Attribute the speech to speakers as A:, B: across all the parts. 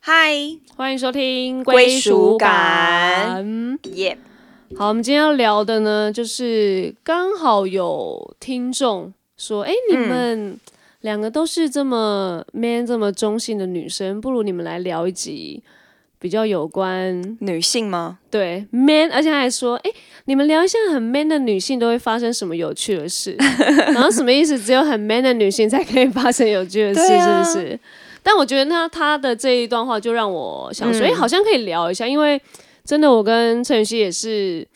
A: 嗨，
B: 欢迎收听
A: 归属
B: 感。
A: 耶、
B: 好，我们今天要聊的呢，就是刚好有听众说，哎、你
A: 嗯
B: 们两个都是这么 man、这么中性的女生，不如你们来聊一集比较有关
A: 女性吗？
B: 对 man，而且他还说，哎、你们聊一下很 man 的女性都会发生什么有趣的事，然后什么意思？只有很 man 的女性才可以发生有趣的事，
A: 对啊
B: 是不是？但我觉得他他的这一段话就让我想说，
A: 嗯
B: 哎、好像可以聊一下，因为真的我跟陈雨希也是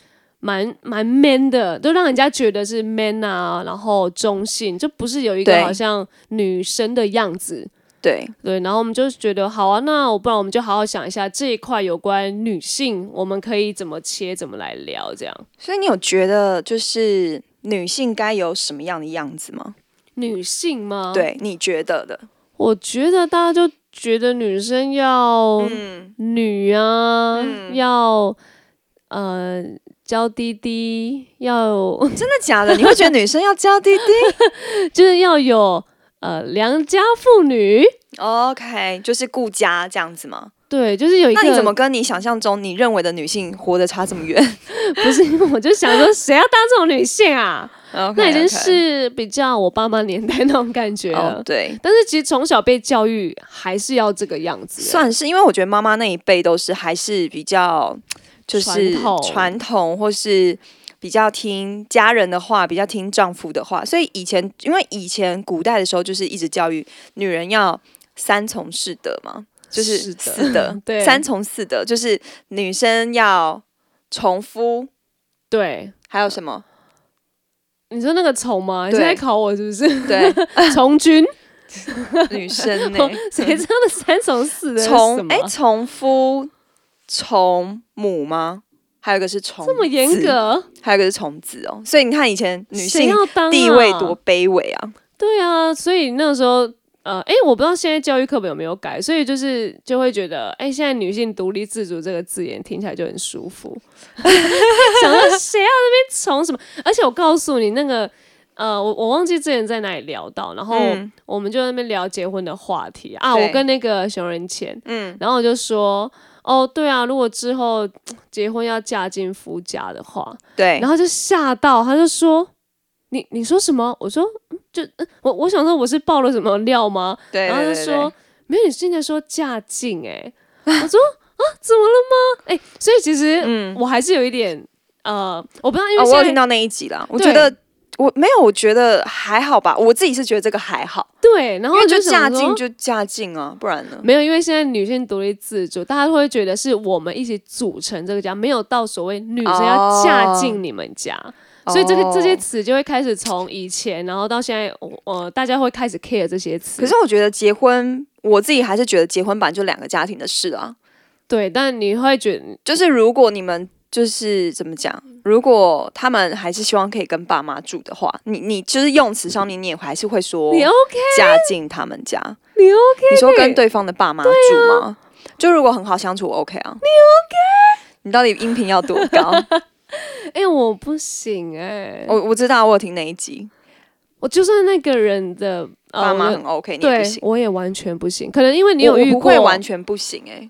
B: 蛮蛮 man 的，都让人家觉得是 man 啊，然后中性，就不是有一
A: 对
B: 个好像女生的样子。
A: 对，
B: 对，然后我们就觉得好啊，那我不然我们就好好想一下这一块有关女性，我们可以怎么切，怎么来聊这样。
A: 所以你有觉得就是女性该有什么样的样子吗？
B: 女性吗？，
A: 对，你觉得的，
B: 我觉得大家就觉得女生要
A: 嗯，
B: 女啊，
A: 嗯
B: 要呃娇滴滴，要 有
A: 真的假的？你会觉得女生要娇滴 滴
B: 就是要有呃良家妇女。
A: ？OK，就是顾家这样子吗？
B: 哦对，就是有一个，
A: 那你怎么跟你想象中你认为的女性活得差这么远
B: 不是？因为 我就想说，谁要当这种女性 啊？
A: ？OK，
B: 那已经
A: OK
B: 是比较我爸妈年代那种感觉了。
A: 哦，对，
B: 但是其实从小被教育还是要这个样子，
A: 算是，因为我觉得妈妈那一辈都是还是比 较就是
B: 传统
A: 传统，或是比较听家人的话，比较听丈夫的话。所以以前，因为以前古代的时候，就是一直教育女人要三从四德嘛，就是
B: 是的，
A: 四德
B: 对
A: 三从四德就是女生要从夫，
B: 对。
A: 还有什 么？
B: 你说那个从吗？你
A: 对
B: 现在考我是 不是？
A: 对，
B: 从军，
A: 女生呢、
B: 谁知道那三从四德是什
A: 从
B: 么
A: 哎？从夫从母吗？还有一个是从
B: 这么严
A: 子
B: 格，
A: 还有一个是虫子哦，所以你看以前女
B: 谁
A: 性
B: 要当啊
A: 地位多？卑微啊，
B: 对啊，所以那个时候。呃，哎、我不知道现在教育课本有没有改，所以就是就会觉得，哎、现在女性独立自主这个字眼听起来就很舒 服。想说谁要那边从什么？而且我告诉你，那个呃，我我忘记之前在哪里聊到，然后
A: 嗯
B: 我们就在那边聊结婚的话题啊。
A: 对
B: 我跟那个熊仁谦，
A: 嗯，
B: 然后我就说，哦，对啊，如果之后结婚要嫁进夫家的话，
A: 对
B: 然，后就吓到，他就说。你你说什么？我说嗯就嗯我我想说我是爆了什么料吗？
A: 对，
B: 然后他
A: 对
B: 说，没有，你现在说嫁进哎、我说啊怎么了吗？哎、所以其实、
A: 对对嗯，
B: 我还是有一点呃，我不知道，因
A: 哦，
B: 为
A: 我有
B: 现
A: 听
B: 在、
A: 到那一集啦，我
B: 对
A: 觉得我没有，我觉得还好吧，我自己是觉得这个还好，
B: 对，然
A: 因
B: 后
A: 为
B: 哦就
A: 嫁
B: 想
A: 进
B: 说
A: 就嫁进啊，不然呢？
B: 没有，因为现在女性独立自主，大家都会觉得是我们一起组成这个家，没有到所谓女生要嫁进你们家。所以这个、
A: 哦
B: 这些词就会开始从以前，然后到现在，呃，大家会开始 care 这些词。
A: 可是我觉得结婚，我自己还是觉得结婚版就两个家庭的事啊，
B: 对，但你会觉得
A: 就是如果你们就是怎么讲，如果他们还是希望可以跟爸妈住的话，你你就是用词上面你也还是会说
B: 你 OK，
A: 嫁进他们家，
B: 你 OK，
A: 你说跟对方的爸妈住
B: 啊
A: 吗？就如果很好相处我，OK 啊？你 OK？你到底音频要多 高？
B: 哎、我不行哎、我
A: 我我知道，我有听那一集，
B: 我就算那个人的呃
A: 爸妈
B: 我
A: 很 OK，你也
B: 对
A: 不，行。
B: 我也完全不行。可能因为你
A: 我
B: 有
A: 我
B: 遇过，
A: 不会完全不行哎、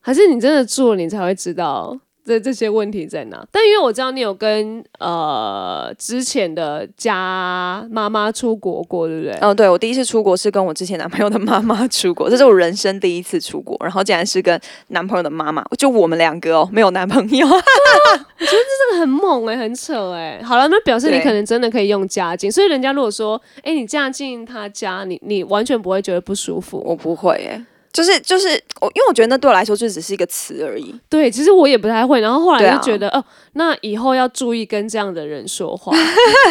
B: 还是你真的做，你才会知道这这些问题在哪。但因为我知道你有跟呃之前的家妈妈出国过，对不对？
A: 嗯，对我第一次出国是跟我之前男朋友的妈妈出国，这是我人生第一次出国，然后竟然是跟男朋友的妈妈，就我们两个哦，没有男朋友。
B: 这个很猛哎、很扯哎、好了，那表示你
A: 对
B: 可能真的可以用家境，所以人家如果说，哎、你嫁进他家，你你完全不会觉得不舒服。
A: 我不会哎、就是就是我，因为我觉得那对我来说就只是一个词而已。
B: 对，其实我也不太会，然后后
A: 对
B: 来
A: 啊
B: 就觉得，哦、那以后要注意跟这样的人说 话，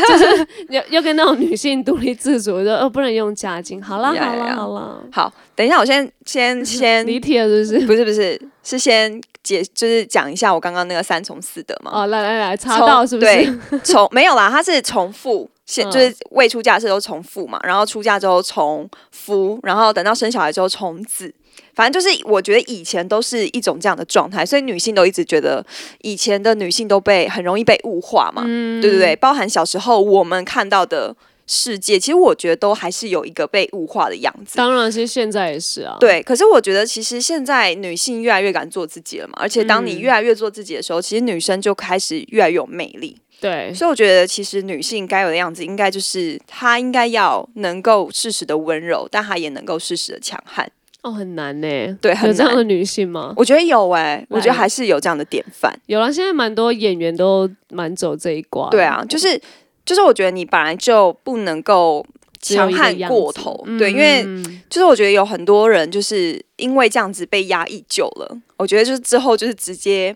B: 就是要要跟那种女性独立自主的，哦，不能用家境。好啦，
A: 呀
B: 好
A: 呀
B: 啦，
A: 呀
B: 好啦，
A: 好，等一下，我先 先先
B: 离题了是不 是？
A: 不是不是，是先解，就是讲一下我刚刚那个三从四德嘛。
B: 哦，来来来，查
A: 从
B: 到是不是？
A: 对， 从没有啦，它是重复，先、
B: 嗯
A: 就是未出嫁的时候从父嘛，然后出嫁之后从夫，然后等到生小孩之后从子。反正就是，我觉得以前都是一种这样的状态，所以女性都一直觉得以前的女性都被很容易被物化嘛，
B: 嗯
A: 对对对，包含小时候我们看到的世界，其实我觉得都还是有一个被物化的样子。
B: 当然，其实现在也是啊。，
A: 对，可是我觉得其实现在女性越来越敢做自己了嘛，而且当你
B: 嗯
A: 越来越做自己的时候，其实女生就开始越来越有魅力。
B: 对，
A: 所以我觉得，其实女性该有的样子，应该就是她应该要能够适时的温柔，但她也能够适时的强悍。
B: 哦，很难呢、
A: 对很
B: 有这样
A: 难
B: 的女性吗？
A: 我觉得有哎、我觉得
B: 来
A: 还是有这样的典范。
B: 有啦，现在蛮多演员都蛮走这一挂。
A: 对，啊，就是就是，我觉得你本来就不能够
B: 只有
A: 强
B: 一个
A: 悍
B: 样
A: 过
B: 子
A: 头，
B: 嗯
A: 对，因为
B: 嗯
A: 就是我觉得有很多人就是因为这样子被压抑久了，我觉得就是之后就是直接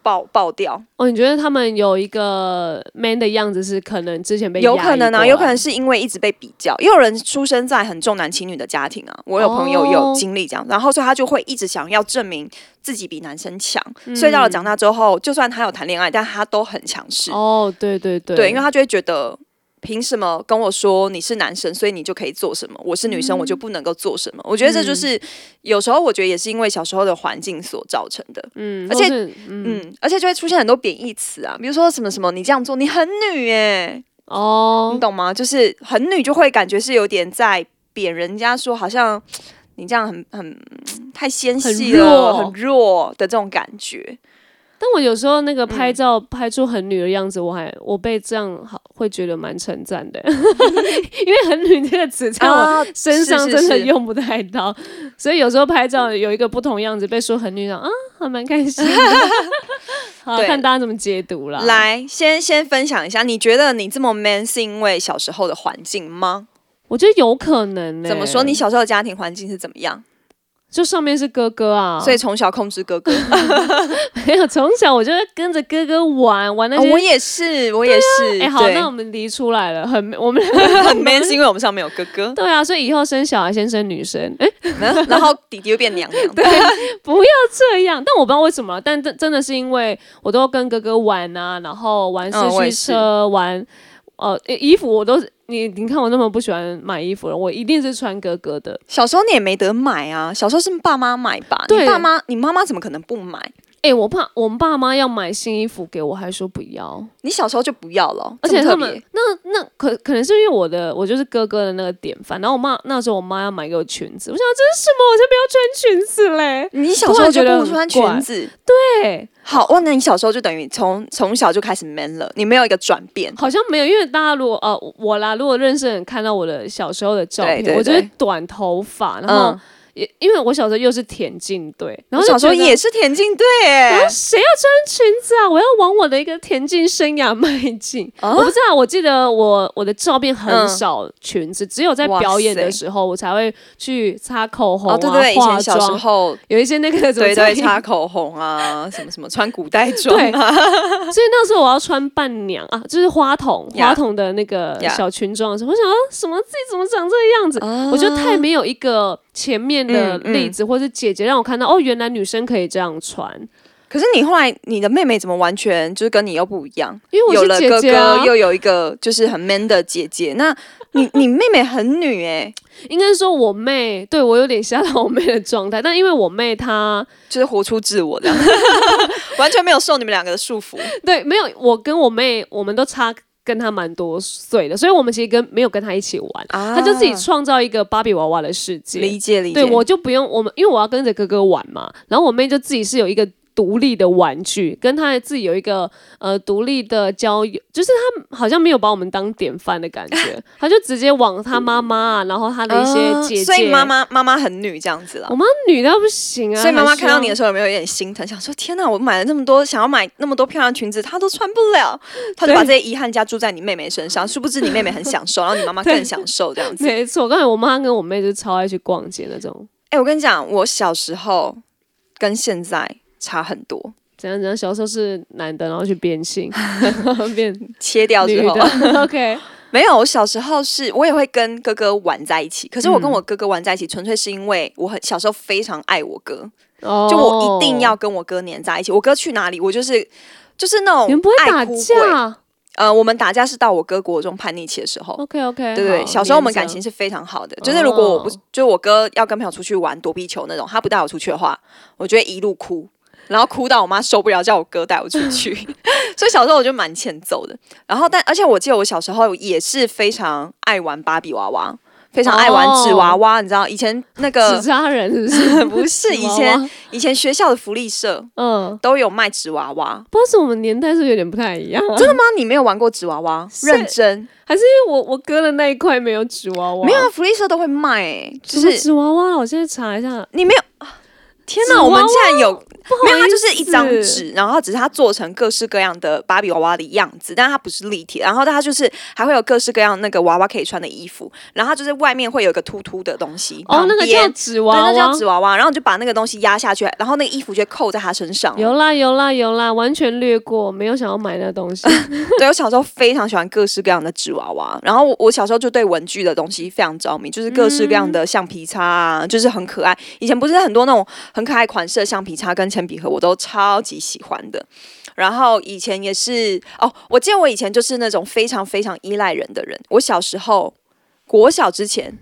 A: 爆爆掉，
B: 哦，你觉得他们有一个 man 的样子是可能之前被
A: 有
B: 压
A: 可
B: 抑
A: 能啊，
B: 过
A: 有
B: 来
A: 可能是因为一直被比较，也有人出生在很重男轻女的家庭啊，我有朋友有
B: 哦
A: 经历这样，然后所以他就会一直想要证明自己比男生强，
B: 嗯
A: 所以到了长大之后，就算他有谈恋爱，但他都很强势，
B: 哦，对对对，
A: 对，因为他就会觉得。凭什么跟我说你是男生，所以你就可以做什么？我是女生，我就
B: 嗯
A: 不能够做什么？我觉得这就是有时候，我觉得也是因为小时候的环境所造成的。
B: 嗯，
A: 而
B: 或
A: 且
B: 是嗯
A: 嗯，而且就会出现很多贬义词啊，比如说什么什么，你这样做你很女哎、你
B: 哦，
A: 懂吗？就是很女就会感觉是有点在贬人家，说好像你这样很很太纤细了，
B: 很弱
A: 很弱的这种感觉。
B: 但我有时候那
A: 嗯
B: 个拍照拍出很女的样子，我还我被这样好会觉得蛮称 赞的，因为很女这个词在我
A: 啊，
B: 身上
A: 是
B: 真的
A: 是
B: 用不太到，所以有时候拍照有一个不同样子被说很女长啊，还蛮开心的。 好
A: 对
B: 看大家怎么解读啦。，
A: 来，先先分享一下，你觉得你这么 man 是因为小时候的环境吗？
B: 我觉得有可能呢、
A: 怎么说？你小时候的家庭环境是怎么样？
B: 就上面是哥哥啊，
A: 所以从小控制哥哥，
B: 没有从小我就跟着哥哥玩玩 那
A: 哦我
B: 些。
A: 也是，我也是。
B: 哎、好，
A: 对
B: 那我们离出来了，很我们，
A: 很 man 是因为我们上面有哥哥
B: 对啊，所以以后生小孩先生女生，哎、
A: 然后弟弟会变娘 娘。对，
B: 不要这样。但我不知道为什么，但真真的是因为我都跟哥哥玩啊，然后玩四
A: 嗯我也
B: 驱
A: 是
B: 车，玩呃衣服，我都你你看我那么不喜欢买衣服了，我一定是穿哥哥的。
A: 小时候你也没得买啊，小时候是爸妈买吧？
B: 对
A: 你爸妈，你妈妈怎么可能不买？
B: 哎、我怕我们爸妈要买新衣服给我，还说不要，
A: 你小时候就不要了，
B: 而且
A: 这么
B: 他
A: 特
B: 们
A: 别
B: 那那可可能是因为我的我就是哥哥的那个典范，然后我妈那时候我妈要买给我裙子，我想这是什么？我才不要穿裙子嘞！
A: 你小时候就不穿
B: 突然觉
A: 裙
B: 得很
A: 子，
B: 对，
A: 好，哇，那你小时候就等于从从小就开始 man 了，你没有一个转变，
B: 好像没有，因为大家如果呃我啦，如果认识的人看到我的小时候的照片，
A: 对对
B: 我就
A: 对
B: 是短头发，然后
A: 嗯，
B: 也、因为我小时候又是田径队，然
A: 我
B: 后
A: 小时候也
B: 是。
A: 是田径队
B: 然后
A: 耶，
B: 啊谁要穿裙子啊？我要往我的一个田径生涯迈进。
A: 啊
B: 我不知道，我记得我我的照片很
A: 嗯
B: 少裙子，只有在
A: 哇
B: 表演
A: 塞
B: 的时候我才会去擦口红啊、
A: 哦，对对对，以前
B: 化
A: 小时
B: 妆，
A: 候
B: 有一些那个怎么
A: 对对
B: 擦
A: 擦口红啊，什么什么穿古代装 啊，
B: 所以那时候我要穿伴娘啊，就是花筒
A: Yeah.
B: 花筒的那个
A: Yeah.
B: 小裙装的时候，我想啊，什么自己怎么长这个样子？我觉得太没有一个前面的
A: 哦嗯嗯
B: 例子或是姐姐让我看到哦，原来女生可以这样穿，
A: 可是你后来你的妹妹怎么完全就是跟你又不一样？
B: 因为我
A: 有
B: 是
A: 了
B: 姐
A: 哥
B: 姐啊
A: 哥，。又有一个就是很 man 的姐姐，那你你妹妹很女哎，
B: 应该说我妹对我有点吓到我妹的状态，但因为我妹她
A: 就是活出自我 这样，完全没有受你们两个的束缚。
B: 对没有我跟我妹我们都差跟她蛮多岁的，所以我们其实跟没有跟她一起玩，
A: 啊
B: 她就自己创造一个芭比娃娃的世界。
A: 理解理解。
B: 对我就不用我们，因为我要跟着哥哥玩嘛，然后我妹就自己是有一个独立的玩具，跟她自己有一个呃独立的交友，就是她好像没有把我们当典范的 感觉，她就直接往她妈妈，然后她的一些姐姐，
A: 啊所以妈妈妈妈很女这样子啦
B: 我。妈女的不行啊，
A: 所以妈妈
B: 还是
A: 看到
B: 要
A: 你的时候有没有有点心疼，想说天哪，我买了那么多，想要买那么多漂亮的裙子，她都穿不了，她就
B: 对
A: 把这些遗憾加注在你妹妹身上，殊不知你妹妹很享受，然后你妈妈更享受这样子。
B: 没错，刚才我妈跟我妹就超爱去逛街那种，
A: 哎、我跟你讲，我小时候跟现在差很多，
B: 怎样怎样，小时候是男的，然后去 变性，变
A: 切掉
B: 女
A: 之后，
B: 的 ，OK，
A: 没有，我小时候是我也会跟哥哥玩在一起，可是我
B: 嗯
A: 跟我哥哥玩在一起，纯粹是因为我很小时候非常爱我哥，
B: 哦
A: 就我一定要跟我哥黏在一起。我哥去哪里，我就是就是那种
B: 你们不会
A: 爱
B: 打
A: 哭鬼。
B: 架
A: 呃，我们打架是到我哥国中叛逆期的时候。
B: ？OK OK，
A: 对对，小时候我们感情是非常好的，就是如果我不，
B: 哦
A: 就是我哥要跟朋友出去玩躲避球那种，他不带我出去的话，我就会一路哭，然后哭到我妈受不了，叫我哥带我出 去。所以小时候我就蛮欠揍的。然后但而且我记得我小时候也是非常爱玩芭比娃娃，非常爱玩纸娃娃。你知道以前那
B: 纸
A: 个
B: 扎人是不是？
A: 不是
B: 哦纸
A: 以
B: 娃
A: 前
B: 娃，
A: 以前学校的福利社
B: 嗯，
A: 都有卖纸娃娃。
B: 不知道是我们年代是不是有点不太一样啊，
A: 真的吗？你没有玩过纸娃娃？
B: 是
A: 认真
B: 还是因为我我哥的那一块没有纸娃娃，
A: 没有啊？福利社都会卖、欸，就
B: 什么
A: 是
B: 纸娃娃，我现在查一下，
A: 你没有。啊天
B: 纸
A: 哪，
B: 娃
A: 我
B: 娃
A: 们竟然有
B: 不好
A: 没有，它
B: 意
A: 就是一张
B: 思
A: 纸，然后只是它做成各式各样的芭比娃娃的样子，但它不是立体，然后它就是还会有各式各样那个娃娃可以穿的衣服，然后它就是外面会有一个凸凸的东西，
B: 哦，
A: 旁
B: 那个
A: 边
B: 叫纸娃娃，
A: 啊对，那叫纸娃娃，然后你就把那个东西压下去，然后那个衣服就会扣在它身上。
B: 有啦有啦有啦，完全略过，没有想要买那 东西。
A: 对我小时候非常喜欢各式各样的纸娃娃，然后我我小时候就对文具的东西非常着迷，就是各式各样的橡皮擦啊，就是很可爱。以前不是很多那种很可爱款式的橡皮擦跟铅笔盒，我都超级喜欢的。然后以前也是哦，我记得我以前就是那种非常非常依赖人的人。我小时候国小之前，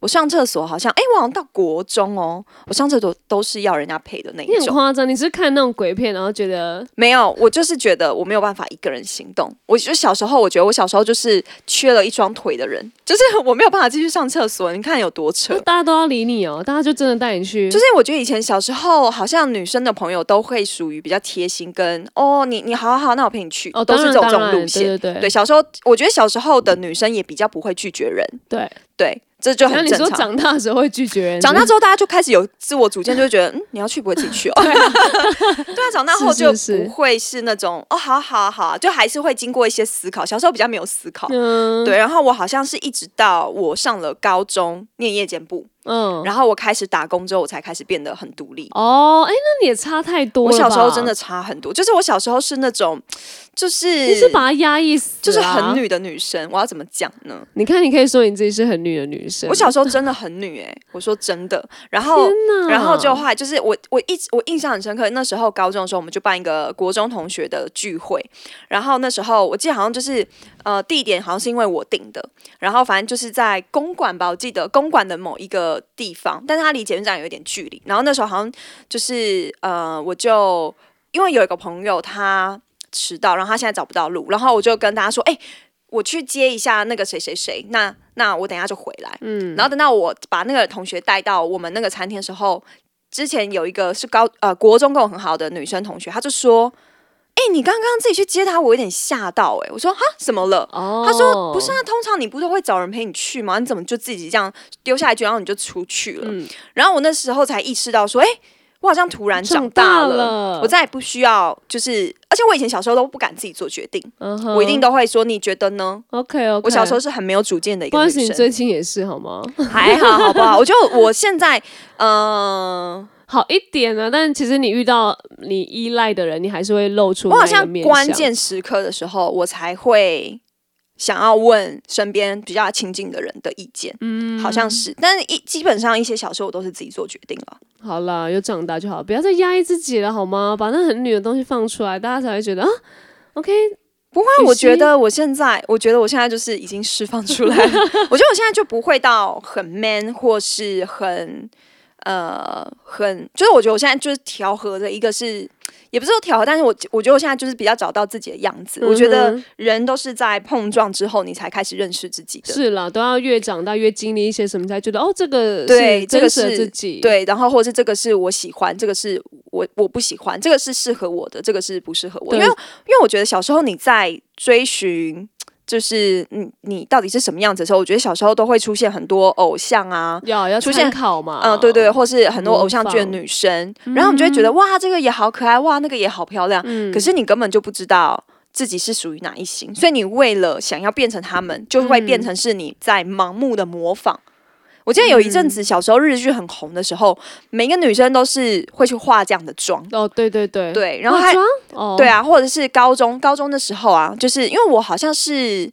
A: 我上厕所好像哎，我好像到国中哦，我上厕所都是要人家陪的那一
B: 你很
A: 种。
B: 夸张，你是看那种鬼片，然后觉得哦
A: 没有，我就是觉得我没有办法一个人行动。我就小时候，我觉得我小时候就是缺了一双腿的人，就是我没有办法继续上厕所。你看有多扯
B: 那。大家都要理你哦，大家就真的带你去，
A: 就是我觉得以前小时候，好像女生的朋友都会属于比较贴心跟，哦，你你好好，那我陪你去，
B: 哦，
A: 都
B: 当
A: 是
B: 然
A: 走
B: 当
A: 这种
B: 然
A: 路线。
B: 对对
A: 对，
B: 对
A: 小时候我觉得小时候的女生也比较不会拒绝人，
B: 对。
A: 对，这就
B: 然后
A: 很
B: 你
A: 正
B: 说
A: 常。
B: 长大的时候会拒绝人，
A: 长大之后，大家就开始有自我主见，就会觉得，嗯，你要去不会自己去哦。 对啊，长大后
B: 是
A: 就是不会是那种哦，好啊好啊好啊，就还是会经过一些思考。小时候比较没有思考，
B: 嗯
A: 对。然后我好像是一直到我上了高中念夜间部，
B: 嗯
A: 然后我开始打工之后，我才开始变得很独立。
B: 哦，哎，那你也差太多
A: 我
B: 了吧。
A: 小时候真的差很多，就是我小时候是那种，就是
B: 你是把它压抑死，
A: 就是很。女的女生，我要怎么讲呢？
B: 你看，你可以说你自己是很女的女生。
A: 我小时候真的很女诶、我说真的。然后
B: 天哪，
A: 然后就后来就是我我一直我印象很深刻，那时候高中的时候我们就办一个国中同学的聚会，然后那时候我记得好像就是呃地点好像是因为我定的，然后反正就是呃在公馆吧，我记得公馆的某一个地方，但是它离捷运站有一点距离，然后那时候好像就是呃我就因为有一个朋友他迟到，然后他现在找不到路，然后我就跟大家说，哎、我去接一下那个谁谁谁，那那我等一下就回来。
B: 嗯，
A: 然后等到我把那个同学带到我们那个餐厅的时候，之前有一个是高呃国中跟我很好的女生同学，她就说：“哎、你刚刚自己去接她，我有点吓到。”哎，我说：“哈，怎么了？”
B: 哦，
A: 她说：“不是啊，通常你不是会找人陪你去吗？你怎么就自己这样丢下一句，然后你就出去了？”
B: 嗯
A: 然后我那时候才意识到说：“哎、我好像突然长
B: 长大
A: 了，
B: 了
A: 我再也不需要就是，而且我以前小时候都不敢自己做决定，
B: 嗯哼，
A: 我一定都会说你觉得呢？
B: OK OK。
A: 我小时候是很没有主见的一
B: 不
A: 个
B: 好
A: 女
B: 意思，
A: 生。
B: 你最近也是好吗？
A: 还好，好不好？我觉得我现在，嗯、
B: 好一点呢、但其实你遇到你依赖的人，你还是会露出
A: 我好
B: 那个
A: 像
B: 面
A: 关
B: 相
A: 键时刻的时候，我才会想要问身边比较亲近的人的意见，嗯，好像是。但是一基本上一些小事我都是自己做决定了。
B: 好啦，有长大就好，不要再压抑自己了好吗？把那很女的东西放出来，大家才会觉得啊，OK，
A: 不会啊，
B: 与
A: 我
B: 其
A: 觉得我现在，我觉得我现在就是已经释放出来了。 我觉得我现在就不会到很 man 或是很呃很，就是我觉得我现在就是调和的一个是，也不是说调和，但是我我觉得我现在就是比较找到自己的样子。我觉得
B: 嗯哼
A: 人都是在碰撞之后，你才开始认识自己的。
B: 是啦，都要越长大越经历一些什么，才觉得哦，这个
A: 对
B: 是
A: 这个
B: 真实的
A: 是
B: 自己，，
A: 对，然后或者是这个是我喜欢，这个是我我不喜欢，这个是适合我的，这个是不适合我。因
B: 对
A: 为因为我觉得小时候你在追寻，就是你你到底是什么样子的时候，我觉得小时候都会出现很多偶像啊。
B: 要要
A: 出现
B: 参考嘛，
A: 嗯，对对，，或是很多偶像剧的
B: 模仿
A: 女生，然后你就会觉得哇，这个也好可爱，哇，那个也好漂亮，
B: 嗯，
A: 可是你根本就不知道自己是属于哪一型，所以你为了想要变成他们，就
B: 嗯
A: 会变成是你在盲目的模仿。我记得有一阵
B: 嗯
A: 子小时候日剧很红的时候，每个女生都是会去化这样的妆，
B: 哦，对对对，
A: 对，然后
B: 化
A: 还
B: 妆哦，
A: 对啊，或者是高中高中的时候啊，就是因为我好像是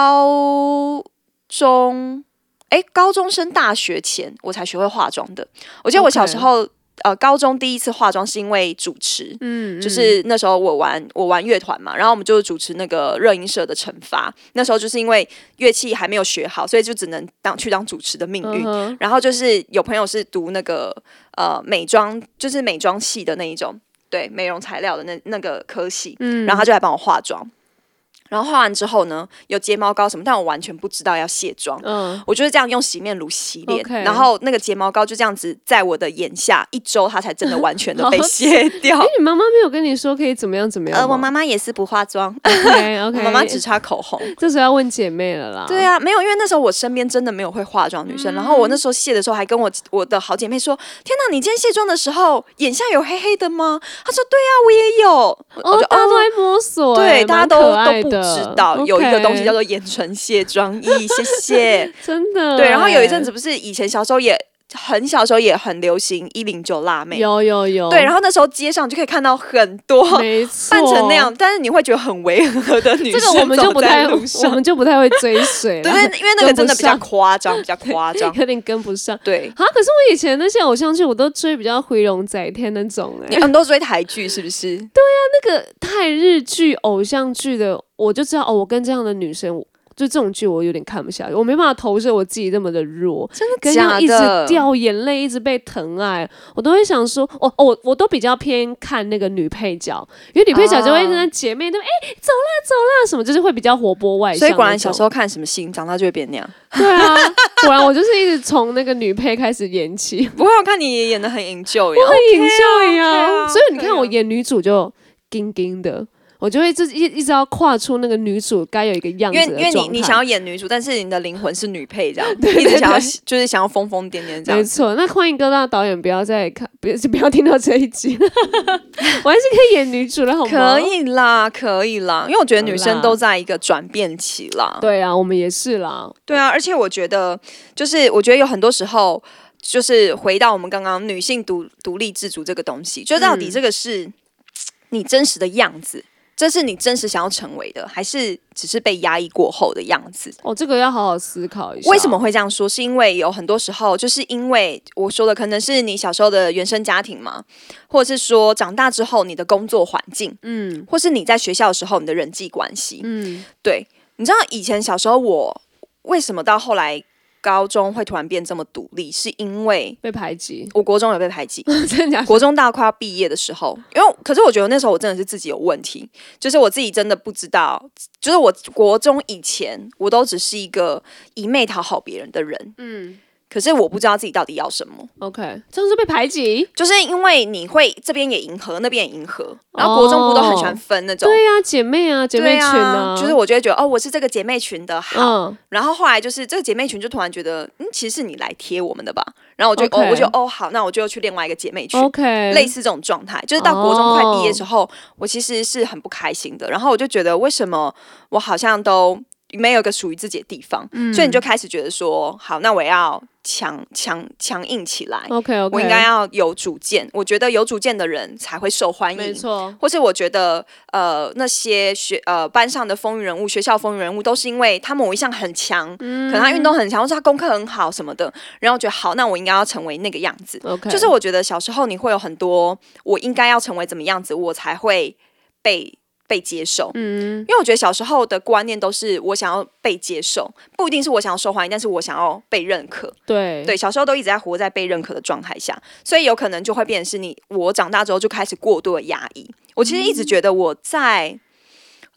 A: 高中，哎，高中升大学前我才学会化妆的。我记得我小时
B: OK
A: 候呃，高中第一次化妆是因为主持，
B: 嗯，嗯，
A: 就是那时候我玩我玩乐团嘛，然后我们就主持那个热音社的惩罚。那时候就是因为乐器还没有学好，所以就只能当去当主持的命
B: 嗯
A: 运。
B: 哼
A: 然后就是有朋友是读那个呃美妆，就是美妆系的那一种。对美容材料的那那个科系，
B: 嗯
A: 然后他就来帮我化妆。然后化完之后呢，有睫毛膏什么，但我完全不知道要卸妆。
B: 嗯，
A: 我就是这样用洗面乳洗脸
B: OK
A: 然后那个睫毛膏就这样子在我的眼下一周，它才真的完全 的被卸掉
B: 哎。，你妈妈没有跟你说可以怎么样怎么样
A: 呃，我
B: 吗哎
A: 妈妈也是不化 妆，
B: OK
A: 我
B: OK，
A: 妈妈只擦口红。
B: 这时候要问姐妹了啦。
A: 对啊，没有，因为那时候我身边真的没有会化妆女生。
B: 嗯
A: 然后我那时候卸的时候，还跟我我的好姐妹说：“天哪，你今天卸妆的时候眼下有黑黑的吗？”她说：“对啊，我也有。”我
B: 哦，
A: 就
B: 大家都
A: 哦。
B: 在摸索欸，
A: 对，大家
B: 蛮
A: 都
B: 可
A: 都
B: 爱
A: 不
B: 的
A: 知道有一个东西叫做
B: OK，
A: 眼唇卸妆 液，谢谢。
B: 真的
A: 对，然后有一阵
B: 子
A: 子不是以前小时候也很小时候也很流行一零九辣妹，
B: 欸有有有，
A: 对，然后那时候街上就可以看到很多
B: 没错，
A: 扮成那样，但是你会觉得很违和的女
B: 这
A: 生
B: 个我们就不
A: 走在
B: 太，
A: 路
B: 我
A: 上，
B: 们就不太会追随
A: 对，
B: 了
A: 因，为因为那个
B: 跟不
A: 真的比较
B: 上
A: 夸张，比较夸张
B: ，有点跟不上。
A: 对。
B: 啊！可是我以前那些偶像剧，我都追比较回龙在天那种哎、
A: 你们都追台剧是不 是？
B: 那个太日剧偶像剧的，我就知道哦，我跟这样的女生，就这种剧我有点看不下去，我没办法投射我自己这么的弱，
A: 真的
B: 跟
A: 假
B: 要一直
A: 的？
B: 掉眼泪，一直被疼爱，我都会想说，我、哦、我我都比较偏看那个女配角，因为女配角就会跟她姐妹都哎、走啦走啦什么，就是会比较活泼外向那
A: 所
B: 种。
A: 以果然小时
B: 候
A: 候看什么星，长大就会变那样。
B: 对啊，果然我就是一直从那个女配开始演起，
A: 不会，我看你演的很 enjoy
B: 我
A: 啊
B: 很引咎一样。
A: 啊
B: 所以你
A: 可以啊
B: 看我演女主就硬硬的，我就会就是一一直要跨出那个女主该有一个样
A: 因为
B: 子的
A: 因为你
B: 状态
A: 你想要演女主，但是你的灵魂是女配这样，
B: 对对
A: 一直想要
B: 对
A: 就是想要疯疯癫癫这
B: 没
A: 样。
B: 错，那欢迎各大导演不要再看，不要不要听到这一集，我还是可以演女主的，好吗？
A: 可。以啦，可以啦，因为我觉得女
B: 好啦
A: 生都在一个转变期啦。
B: 对啊，我们也是啦。
A: 对啊，而且我觉得，就是我觉得有很多时候，就是回到我们刚刚女性独独立自主这个东西，就到底
B: 嗯
A: 这个是你真实的样子，这是你真实想要成为的，还是只是被压抑过后的样子？
B: 哦，这个要好好思考一下。
A: 为什么？会这样说？是因为有很多时候，就是因为我说的，可能是你小时候的原生家庭嘛，或者是说长大之后你的工作环境，
B: 嗯
A: 或是你在学校的时候你的人际关系。
B: 嗯，
A: 对，你知道以前小时候我为什么到后来高中会突然变这么独立，是因为
B: 被 排挤，
A: 我国中有被排 挤，
B: 真的假的？
A: 国中大快要毕业的时候，因为可是我觉得那时候我真的是自己有问题，就是我自己真的不知道，就是我国中以前我都只是一个一昧讨好别人的人，
B: 嗯
A: 可是我不知道自己到底要什么，
B: ，OK，这样是被排挤。
A: 就是因为你会这边也迎合，那边也迎合，然后国中不都很喜欢分那种。
B: 对啊，姐妹啊，姐妹群
A: 对啊，就是我就会觉得哦，我是这个姐妹群的好，
B: 嗯，
A: 然后后来就是这个姐妹群就突然觉得，嗯，其实是你来贴我们的吧，然后我就
B: OK
A: 哦，我就哦好，那我就去另外一个姐妹群
B: OK，哦
A: 类似这种状态，就是到国中快毕业的时候我其实是很不开心的。然后我就觉得，为什么我好像都没有一个属于自己的地方？
B: 嗯
A: 所以你就开始觉得说，好，那我要强强强硬起来
B: OK 哦 OK，
A: 我应该要有主见。我觉得有主见的人才会受欢
B: 没
A: 迎。
B: 错，
A: 或是我觉得，呃，那些学呃班上的风云人物、学校风云人物，都是因为他某一项很强，可能他运动很强，或是他功课很好什么的，然后我觉得好，那我应该要成为那个样子。
B: OK，
A: 就是我觉得小时候你会有很多，我应该要成为怎么样子，我才会被被接受。
B: 嗯
A: 因为我觉得小时候的观念都是我想要被接受，不一定是我想要受欢迎，但是我想要被认可。
B: 对
A: 对，小时候都一直在活在被认可的状态下，所以有可能就会变成是你我长大之后就开始过度的压抑。我其实一直
B: 嗯
A: 觉得我在。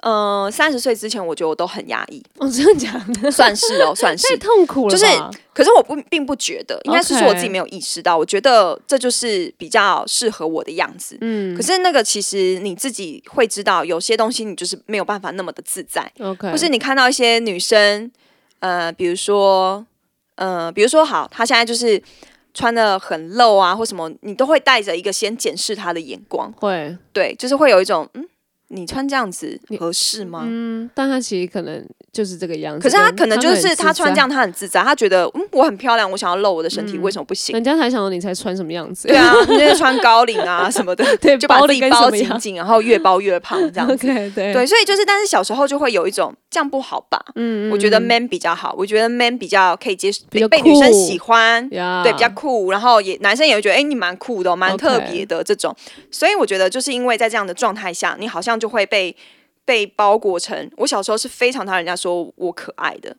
A: 嗯，三十岁之前，我觉得我都很压抑，
B: 哦，真的假的？
A: 算是哦，算是
B: 太。痛苦了吧，
A: 就是可是我不并不觉得，应该是说我自己
B: OK
A: 没有意识到，我觉得这就是比较适合我的样子。
B: 嗯
A: 可是那个其实你自己会知道，有些东西你就是没有办法那么的自在，
B: ，OK，
A: 或是你看到一些女生，呃，比如说，呃，比如说好，她现在就是穿的很露啊，或什么，你都会带着一个先检视她的眼光，
B: 会，
A: 对，就是会有一种嗯，你穿这样子
B: 你
A: 合适吗？
B: 嗯，但他其实可能就是这个样子，
A: 可是她
B: 但
A: 可能就是她
B: 很自
A: 穿这
B: 在，
A: 样，她很自在，她觉得嗯，我很漂亮，我想要露我的身体，为什么不行？
B: 人家才想到你才穿什么样子，
A: 对啊，你就是穿高领啊什么的，
B: 对
A: 就把
B: 包
A: 自
B: 得
A: 己
B: 跟
A: 包
B: 什么
A: 紧
B: 样
A: 紧，然后越包越胖这样子。
B: ，OK，对，
A: 对，所以就是，但是小时候就会有一种这样不好吧？
B: 嗯，嗯
A: 我觉得
B: 嗯
A: man 比较好，我觉得 man 比较可以接受，
B: 比
A: 被被
B: 较
A: 女生
B: 酷
A: 喜欢。
B: 呀，
A: 对，比较酷，然后也男生也会觉得，哎、你蛮酷的哦、蛮特
B: OK
A: 别的这种。所以我觉得，就是因为在这样的状态下，你好像就会被被包裹成。我小时候是非常讨厌人家说我可爱的，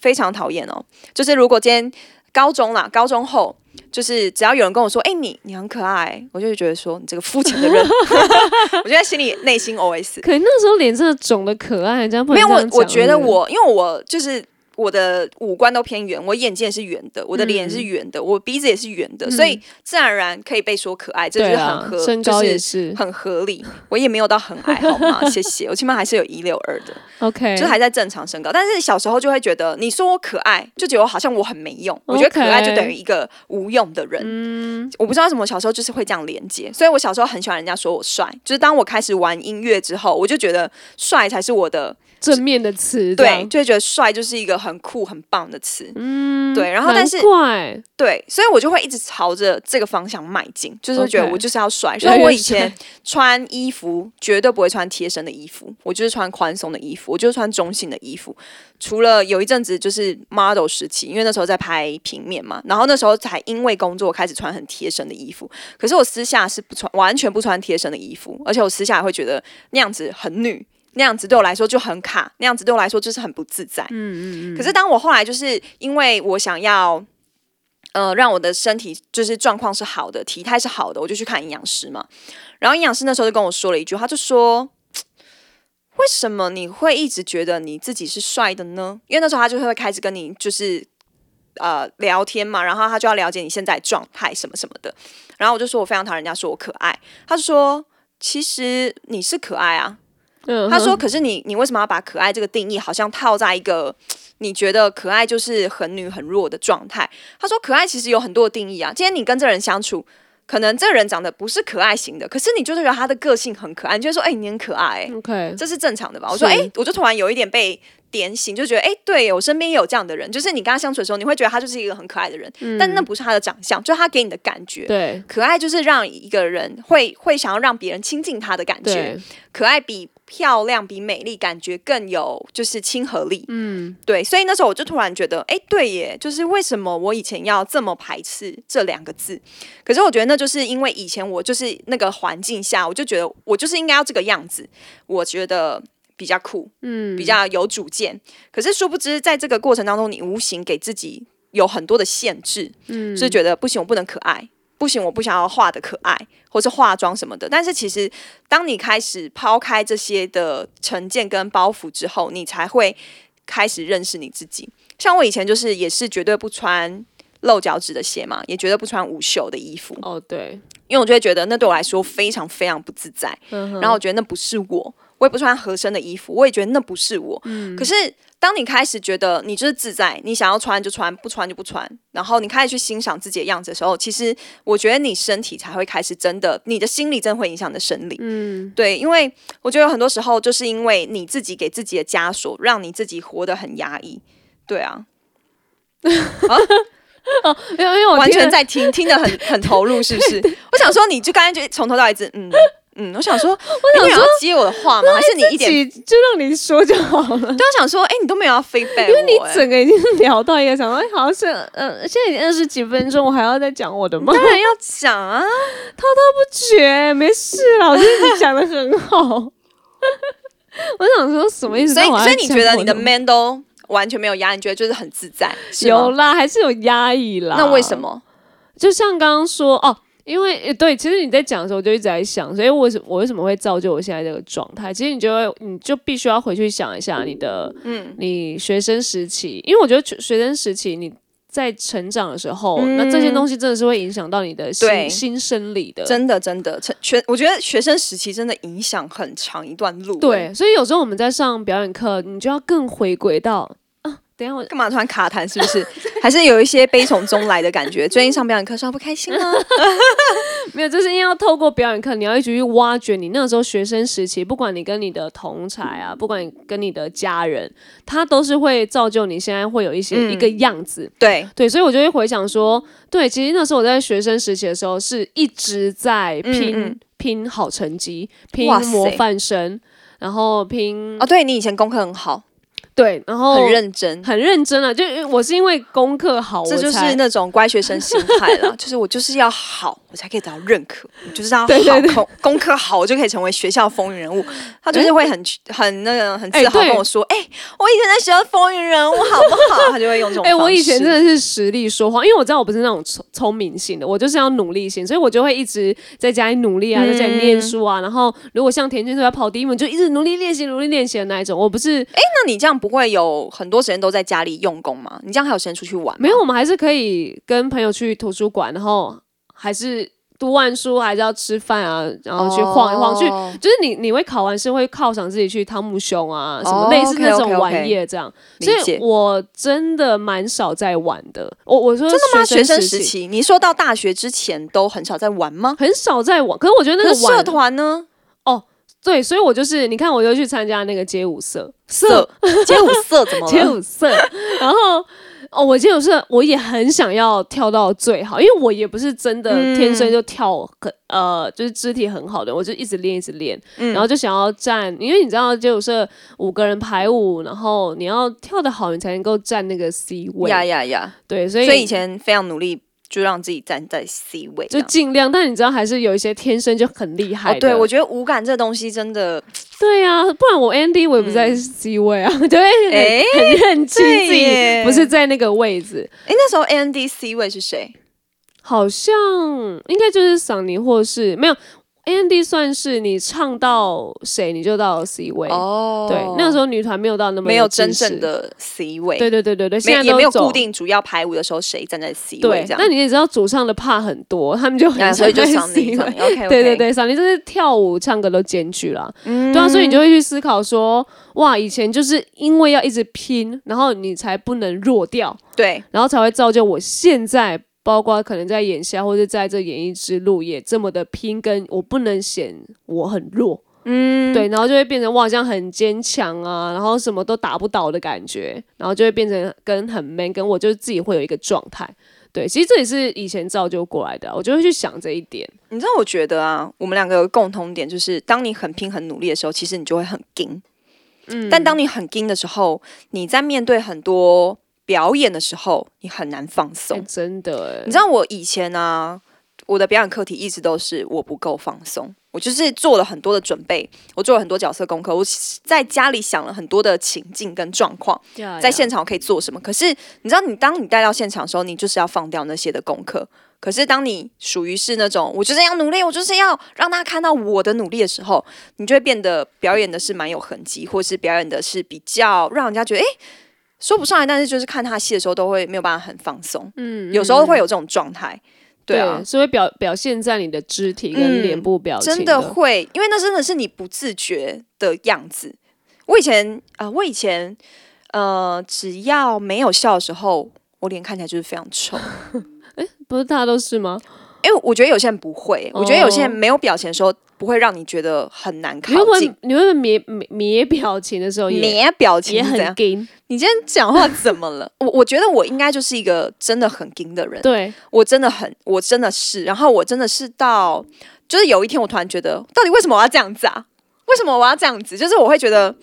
A: 非常讨厌哦。就是如果今天高中啦，高中后就是只要有人跟我说：“哎、你你很可爱”，我就会觉得说你这个肤浅的人， 我就在心里内心 OS。
B: 可那时候脸真的肿的可爱，人家不能
A: 没有
B: 这
A: 我
B: 样，
A: 我
B: 讲
A: 觉得
B: 对不对
A: 我因为我就是我的五官都偏圆，我眼睛也是圆的，我的脸也是圆
B: 嗯
A: 的，我鼻子也是圆的，所以自然而然可以被说可爱，这就
B: 对
A: 是
B: 啊
A: 很合，
B: 身
A: 就
B: 高也
A: 是
B: 是
A: 很合理。我也没有到很矮，好 吗？谢谢，我起码还是有一六二的。
B: OK，
A: 就还在正常身高。但是小时候就会觉得，你说我可爱，就觉得我好像我很没用。我觉得可爱
B: OK 嗯
A: 就等于一个无用的人。我不知道为什么，小时候就是会这样连接。所以我小时候很喜欢人家说我帅。就是当我开始玩音乐之后，我就觉得帅才是我的
B: 正面的词，这
A: 对，
B: 样，
A: 就会觉得帅就是一个很酷很棒的词。嗯，对。然后但是
B: 难怪
A: 对，所以我就会一直朝着这个方向迈进，就是会觉得
B: OK
A: 我就是要帅。
B: 越
A: 所
B: 来
A: 以我
B: 越
A: 以前穿衣服绝对不会穿贴身的衣服，我就是穿宽松的衣服，我就是穿中性的衣服。除了有一阵子就是 model 时期，因为那时候在拍平面嘛，然后那时候才因为工作开始穿很贴身的衣服。可是我私下是不穿，完全不穿贴身的衣服，而且我私下会觉得那样子很女。那样子对我来说就很卡，那样子对我来说就是很不自在。嗯嗯嗯。可是当我后来就是因为我想要呃，让我的身体就是状况是好的，体态是好的，我就去看营养师嘛。然后营养师那时候就跟我说了一句，他就说：“为什么你会一直觉得你自己是帅的呢？”因为那时候他就会开始跟你就是呃聊天嘛，然后他就要了解你现在的状态什么什么的。然后我就说我非常讨厌人家说我可爱，他就说：“其实你是可爱啊。”
B: 嗯
A: 他说：“
B: 哼
A: 可是你，你为什么要把可爱这个定义好像套在一个你觉得可爱就是很女很弱的状态？”他说：“可爱其实有很多的定义啊。今天你跟这人相处，可能这个人长得不是可爱型的，可是你就是觉得他的个性很可爱，你就会说：‘哎、你很可爱、欸’，
B: 嗯 OK，
A: 这是正常的吧？”我说：“
B: 是
A: 哎、我就突然有一点被点醒，就觉得哎、对耶我身边也有这样的人，就是你跟他相处的时候，你会觉得他就是一个很可爱的人，但那不是他的长相，就是他给你的感觉。”
B: 嗯对
A: 可爱就是让一个人会会想要让别人亲近他的感觉，
B: 对，
A: 可爱比漂亮比美丽感觉更有就是亲和力，嗯，对，所以那时候我就突然觉得，哎、对耶，就是为什么我以前要这么排斥这两个字？可是我觉得那就是因为以前我就是那个环境下，我就觉得我就是应该要这个样子，我觉得比较酷，嗯，比较有主见。可是殊不知，在这个过程当中，你无形给自己有很多的限制，嗯，就是觉得不行，我不能可爱。不行，我不想要画的可爱，或是化妆什么的。但是其实，当你开始抛开这些的成见跟包袱之后，你才会开始认识你自己。像我以前就是也是绝对不穿露脚趾的鞋嘛，也绝对不穿无袖的衣服，
B: 哦对，
A: 因为我就会觉得那对我来说非常非常不自在。
B: 嗯哼
A: 然后我觉得那不是我，我也不穿合身的衣服，我也觉得那不是我。可是当你开始觉得你就是自在，你想要穿就穿，不穿就不穿，然后你开始去欣赏自己的样子的时候，其实我觉得你身体才会开始真的，你的心理真的会影响你的生理。嗯，对，因为我觉得有很多时候就是因为你自己给自己的枷锁，让你自己活得很压抑。对啊，
B: 没有因为我
A: 完
B: 听
A: 全
B: 了
A: 在听，听得很 很投入，是不是？我想说，你就刚才就从头到尾一直嗯嗯，我想说，我想说接我的话吗？还是你一点
B: 自己就让你说就好 了。
A: 对，我想说，哎、你都没有要 feedback，因为
B: 你整个已经聊到一个想说，哎，好像是，呃，现在已经二十几分钟，我还要再讲我的吗？
A: 哎当然要讲 啊，
B: 不觉没事啦，我觉得你讲的很好。 我想说什么意思？
A: 所以
B: 但我还
A: 所以你
B: 讲
A: 觉得你
B: 我
A: 的 man 都完全没有压力，你觉得就是很自在，是吗
B: 有？啦，还是有压抑啦？
A: 那为什？么？
B: 就像刚刚说哦，因为呃对，其实你在讲的时候，我就一直在想，所以我是我为什么会造就我现在这个状态？其实你就会，你就必须要回去想一下你的，嗯，你学生时期，因为我觉得学学生时期你。在成长的时候，那这些东西真的是会影响到你的
A: 对
B: 心心生理的。
A: 真的真的，成全我觉得学生时期真的影响很长一段路。哎，
B: 对，所以有时候我们在上表演课，你就要更回归到啊，等一下我
A: 干嘛突然卡痰？是不是？ 还是有一些悲从中来的感觉？最近上表演课上不开心啊吗？
B: 没有，就是因为要透过表演课，你要一直去挖掘你那时候学生时期，不管你跟你的同才啊，不管你跟你的家人，他都是会造就你现在会有一些、
A: 嗯
B: 一个样子。
A: 对，
B: 对，所以我就会回想说，对，其实那时候我在学生时期的时候，是一直在拼、
A: 嗯嗯
B: 拼好成绩，拼
A: 哇塞
B: 模范生，然后拼
A: 哦，对你以前功课很好，
B: 对，然后
A: 很认真。
B: 很认真啊，就我是因为功课好，
A: 这
B: 我
A: 就是
B: 才
A: 那种乖学生心态 了，就是我就是要好，我才可以得到认可，我就是要好
B: 对对对
A: 功功课好，我就可以成为学校风云人物。他就是会很很那个很
B: 哎
A: 自豪
B: 对
A: 跟我说：“哎、我以前在学校风云人物，好不好？”他就会用这种方
B: 哎、
A: 式。
B: 我以前真的是实力说谎，因为我知道我不是那种聪聪明型的，我就是要努力型，所以我就会一直在家里努力啊，在
A: 嗯
B: 家里念书啊。然后如果像田径队要跑第一名，就一直努力练习、努力练习的那一种。我不是
A: 那你这样不会有很多时间都在家里用功吗？你这样还有时间出去玩吗？
B: 没有，我们还是可以跟朋友去图书馆，然后还是读完书还是要吃饭啊，然后去晃一晃去。
A: 哦
B: 就是你，你会考完试会犒赏自己去汤姆熊啊，什
A: 哦
B: 么类似那种
A: OK，OK，OK
B: 玩意儿这样。
A: 理
B: 所以
A: 解
B: 我真的蛮少在玩的。我我说真
A: 真的吗？学生
B: 时
A: 时期，你说到大学之前都很少在玩吗？
B: 很少在玩，可是我觉得那
A: 可
B: 个
A: 是
B: 玩
A: 社团呢？
B: 对，所以我就是你看，我就去参加那个街舞社，
A: 社街舞社怎么
B: 街
A: 了？
B: 舞社，然后哦，我街舞社我也很想要跳到最好，因为我也不是真的
A: 嗯
B: 天生就跳很、呃，就是肢体很好的，我就一直练一直练，
A: 嗯
B: 然后就想要站，因为你知道街舞社五个人排舞，然后你要跳得好，你才能够站那个 C 位，
A: 呀呀呀！
B: 对，所以
A: 所以以前非常努力，就让自己站在 C 位这
B: 就
A: 样。
B: 尽量，但你知道还是有一些天生就很厉害
A: 哦
B: 的，，
A: 对，我觉得五感这东西真的，
B: 对呀、不然我 Andy 我也不在 C 位啊， 对，很、
A: 嗯哎
B: 很认清
A: 对
B: 自己
A: 耶
B: 不是在那个位置，
A: 哎，那时候 A N D C 位是谁？
B: 好像应该就是桑尼或是没有 Andy 算是你唱到谁你就到 C 位，
A: 哦
B: 对，那时候女团没有到那么
A: 没有
B: 知
A: 真
B: 识
A: 正，的 C 位，
B: 对对对对对，
A: 没
B: 现在
A: 也
B: 都
A: 没有
B: 走
A: 固。定主要排舞的时候谁站在 C 位
B: 对
A: 这，样
B: 那。你也知道主唱的怕很多，他们就很
A: 啊所以就上你
B: C 位。
A: ，OK，
B: 对对，对，桑尼就是跳舞、唱歌都兼具啦。
A: 嗯
B: 对啊，所以你就会去思考说，哇，以前就是因为要一直拼，然后你才不能弱掉，
A: 对，
B: 然后才会造就我现在，包括可能在眼下或者在这演艺之路也这么的拼，跟我不能显我很弱，
A: 嗯，
B: 对，然后就会变成我好像很坚强啊，然后什么都打不倒的感觉，然后就会变成跟很 man，跟我就是自己会有一个状态。对，其实这也是以前造就过来的啊，我就会去想这一点。
A: 你知道，我觉得啊，我们两个有个共同点就是，当你很拼、很努力的时候，其实你就会很硬。嗯，但当你很硬的时候，你在面对很多表演的时候，你很难放松。
B: 哎真的
A: 你知道我以前啊，我的表演课题一直都是我不够放松，我就是做了很多的准备，我做了很多角色功课，我在家里想了很多的情境跟状况，
B: 欸，
A: 在现嗯场我可以做什么。可是你知道，你当你带到现场的时候，你就是要放掉那些的功课。可是当你属于是那种我就是要努力，我就是要让大家看到我的努力的时候，你就会变得表演的是蛮有痕迹，或是表演的是比较让人家觉得诶，说不上来，但是就是看他戏的时候都会没有办法很放松，嗯，有时候会有这种状态，对啊，
B: 是会表表现在你的肢体跟
A: 嗯
B: 脸部表情、
A: 真的会，因为那真的是你不自觉的样子。我以前啊、呃我以前呃，只要没有笑的时候，我脸看起来就是非常丑。
B: 不是大家都是吗？
A: 因为我觉得有些人不会，我觉得有些人
B: 哦
A: 没有表情的时候，不会让你觉得很难
B: 你会不
A: 靠近
B: 会。你会不会咩咩咩表情的时候哦也
A: 你表情
B: 也
A: 是怎样
B: 很？紧？
A: 你今天讲话怎么了？我我觉得我应该就是一个真的很硬的人，
B: 对，
A: 我真的很，我真的是，然后我真的是到，就是有一天我突然觉得，到底为什么我要这样子啊？为什么我要这样子？就是我会觉得，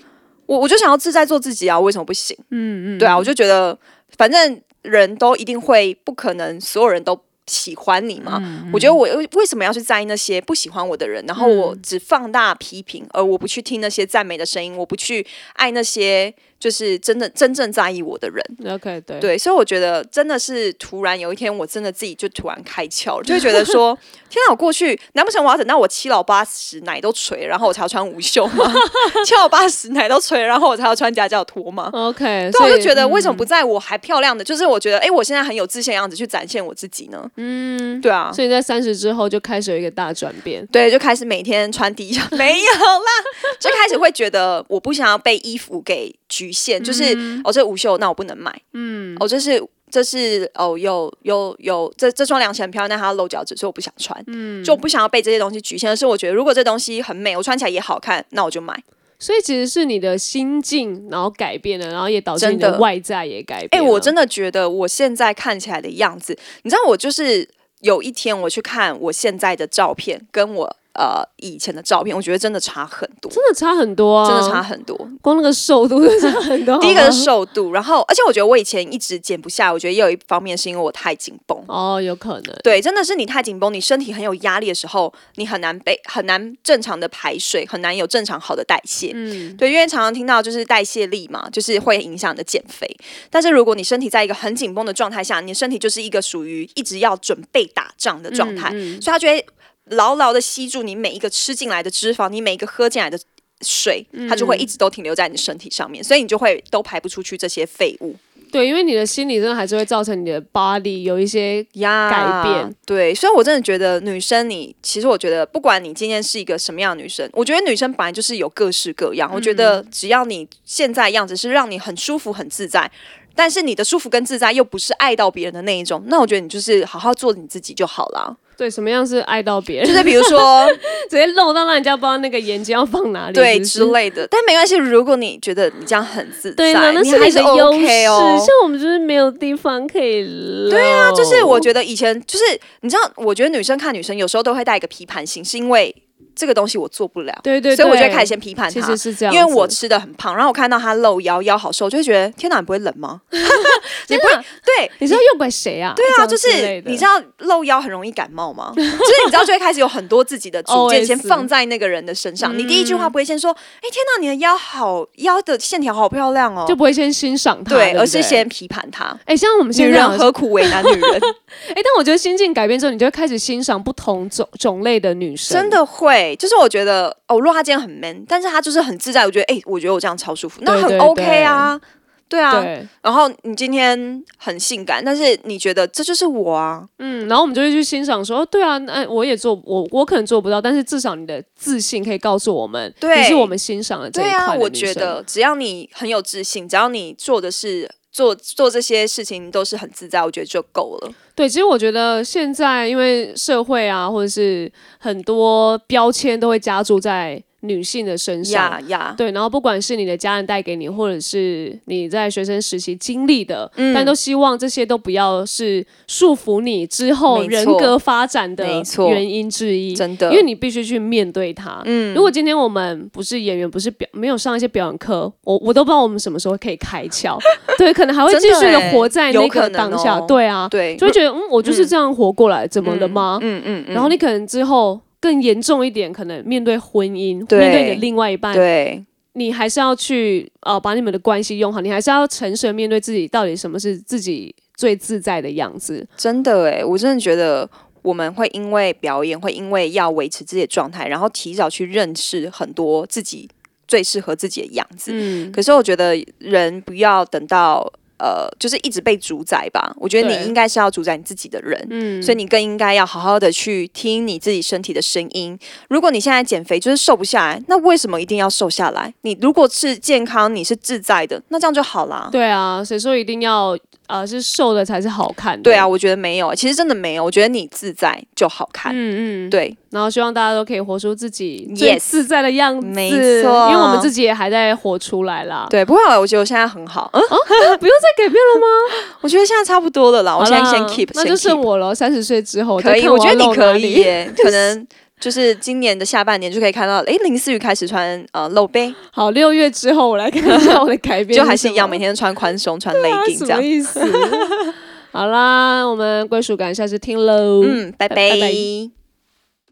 A: 我我就想要自在做自己啊，为什么不行？
B: 嗯嗯，
A: 对啊，我就觉得，反正人都一定会，不可能所有人都喜欢你嘛。
B: 嗯
A: 我觉得我为什么要去在意那些不喜欢我的人？然后我只放大批评，而我不去听那些赞美的声音，我不去爱那些就是真的真正在意我的人。
B: OK 对
A: 对，所以我觉得真的是突然有一天，我真的自己就突然开窍了，就会觉得说， 天啊哪，我过去难不成我要等到我七老八十奶都垂，然后我才要穿无袖吗？ 七老八十奶都垂，然后我才要穿夹脚拖吗？
B: ，OK，
A: 对啊，
B: 所以嗯
A: 我就觉得为什么不在我还漂亮的，就是我觉得哎、诶我现在很有自信的样子去展现我自己呢？嗯，对啊
B: 嗯，所以在三十之后就开始有一个大转变。
A: 对，就开始每天穿低胸，没有啦， 就开始会觉得我不想要被衣服给局限，就是、哦，这无袖，那我不能买，嗯，哦，这是这是哦，有有有，这这双凉鞋很漂亮，但它露脚趾，所以我不想穿，嗯，就我不想要被这些东西局限。但是我觉得如果这东西很美，我穿起来也好看，那我就买。
B: 所以其实是你的心境，然后改变了，然后也导致你
A: 真
B: 的
A: 的
B: 外在也改
A: 哎、
B: 变了。
A: 我真的觉得我现在看起来的样子，你知道，我就是有一天我去看我现在的照片，跟我呃以前的照片，我觉得真的差很多，
B: 真的差很多啊，
A: 真的差，很多。
B: 光那个瘦度就差很多。啊
A: 第一个是
B: 瘦，
A: 瘦度，然后而且我觉得我以前一直减不下，我觉得也有一方面是因为我太紧绷。
B: 哦，有可能，
A: 对，真的是你太紧绷，你身体很有压力的时候，你很难被很难正常的排水，很难有正常好的代谢。
B: 嗯，
A: 对，因为常常听到就是代谢力嘛，就是会影响你的减肥。但是如果你身体在一个很紧绷的状态下，你的身体就是一个属于一直要准备打仗的状态，
B: 嗯嗯
A: 所以它就会牢牢的吸住你每一个吃进来的脂肪，你每一个喝进来的水，它就
B: 嗯
A: 会一直都停留在你的身体上面，所以你就会都排不出去这些废物
B: 对，因为你的心理真的还是会造成你的 body 有一些
A: 呀
B: 改变。
A: 对，所以我真的觉得女生你，其实我觉得不管你今天是一个什么样的女生，我觉得女生本来就是有各式各样。我觉得
B: 嗯
A: 只要你现在样子是让你很舒服、很自在。但是你的舒服跟自在又不是爱到别人的那一种，那我觉得你就是好好做你自己就好 啦。
B: 对，什么样是爱到别人，
A: 就
B: 就是
A: 比如说，
B: 直接露到让人家不知道那个眼睛要放哪里，
A: 对
B: 是不是
A: 之类的。但没关系，如果你觉得你这样很自在，
B: 对啦，那
A: 你
B: 是
A: 还
B: 你
A: 是
B: 的优
A: OK
B: 势。
A: 哦。
B: 像我们就是没有地方可以露。
A: 对啊，就是我觉得以前就是你知道，我觉得女生看女生有时候都会带一个批判性，是因为这个东西我做不了，
B: 对对
A: 所
B: 对，
A: 以我就会开始先批判
B: 其
A: 她
B: 实。是这样
A: 因
B: 子，
A: 为我吃的很胖，然后我看到她露腰，腰好瘦，我就会觉得天哪，你不会冷吗？
B: 真的，
A: 对，
B: 你知道诱拐谁啊？对
A: 对啊，就是你知道露腰很容易感冒吗？就是你知道就会开始有很多自己的主见
B: OS
A: 先放在那个人的身上。你第一句
B: 嗯
A: 话不会先说，哎、天哪，你的腰好，腰的线条好漂亮哦，
B: 就不会先欣赏他，
A: 对，
B: 不
A: 而是先批判她。
B: 哎，像我们
A: 女
B: 现在好
A: 人
B: 像
A: 何苦为难女 人？
B: 哎，但我觉得心境改变之后，你就会开始欣赏不同种种类的女生，
A: 真。的会，就是我觉得哦，如果她今天很 man，但是她就是很自在，我觉得哎、我觉得我这样超舒服，那
B: 对
A: 很
B: 对
A: OK 啊，对啊。
B: 对，
A: 然后你今天很性感，但是你觉得这就是我啊，
B: 嗯，然后我们就会去欣赏说，哦对啊，哎，我也做，我我可能做不到，但是至少你的自信可以告诉我们，
A: 对
B: 你是我们欣赏的这
A: 对
B: 一
A: 啊，
B: 块的
A: 我
B: 女
A: 觉
B: 生
A: 得只要你很有自信，只要你做的是做做这些事情都是很自在，我觉得就够了。
B: 对，其实我觉得现在因为社会啊，或者是很多标签都会加注在女性的身上。
A: 呀呀，
B: 对，然后不管是你的家人带给你，或者是你在学生时期经历的，
A: 嗯
B: 但都希望这些都不要是束缚你之后
A: 没
B: 人
A: 错
B: 格发展的
A: 没错
B: 原因之一。
A: 真的，
B: 因为你必须去面对它。嗯，如果今天我们不是演员，不是表，没有上一些表演课，我我都不知道我们什么时候可以开 窍。对，可能还会
A: 真的
B: 继续的
A: 欸
B: 活在
A: 有
B: 那
A: 可
B: 个
A: 能
B: 当下。
A: 哦
B: 对啊，
A: 对，
B: 就会觉得嗯，我就是这样活过来，怎么了吗？
A: 嗯嗯嗯，
B: 然后你可能之后更严重一点，可能面对婚姻，
A: 对
B: 面对你的另外一半，
A: 对
B: 你还是要去呃把你们的关系用好，你还是要诚实地面对自己，到底什么是自己最自在的样子。
A: 真的哎，我真的觉得我们会因为表演，会因为要维持自己的状态，然后提早去认识很多自己最适合自己的样子。
B: 嗯，
A: 可是我觉得人不要等到呃，就是一直被主宰吧。我觉得
B: 对
A: 你应该是要主宰你自己的人。
B: 嗯
A: 所以你更应该要好好的去听你自己身体的声音。如果你现在减肥就是瘦不下来，那为什么一定要瘦下来？你如果是健康，你是自在的，那这样就好啦。
B: 对啊，谁说一定要呃是瘦的才是好看的？
A: 对啊，，我觉得没有，其实真的没有。我觉得你自在就好看。
B: 嗯嗯，
A: 对，
B: 然后希望大家都可以活出自己最
A: Yes
B: 自在的样子，
A: 没错
B: 因为我们自己也还在活出来啦。
A: 对，不会，啊我觉得我现在很好。嗯，
B: 啊不用再改变了吗？
A: 我觉得现在差不多了啦。我
B: 好
A: 现在
B: 啦
A: 先 keep，
B: 那
A: 先
B: 就剩
A: keep。
B: 我了。三十岁之后，
A: 可
B: 再
A: 以，
B: 看
A: 我
B: 要
A: 觉得你
B: 露哪
A: 可以
B: 里
A: 耶，可能就是今年的下半年就可以看到，诶，林思雨开始穿呃露背，
B: 好，六月之后我来看一下我的改变，
A: 就还是一样，每天穿宽松、穿
B: 啊
A: legging
B: 什
A: 这
B: 么
A: 样。
B: 意思？好啦，我们归属感下次听喽。
A: 嗯，拜
B: 拜拜
A: 拜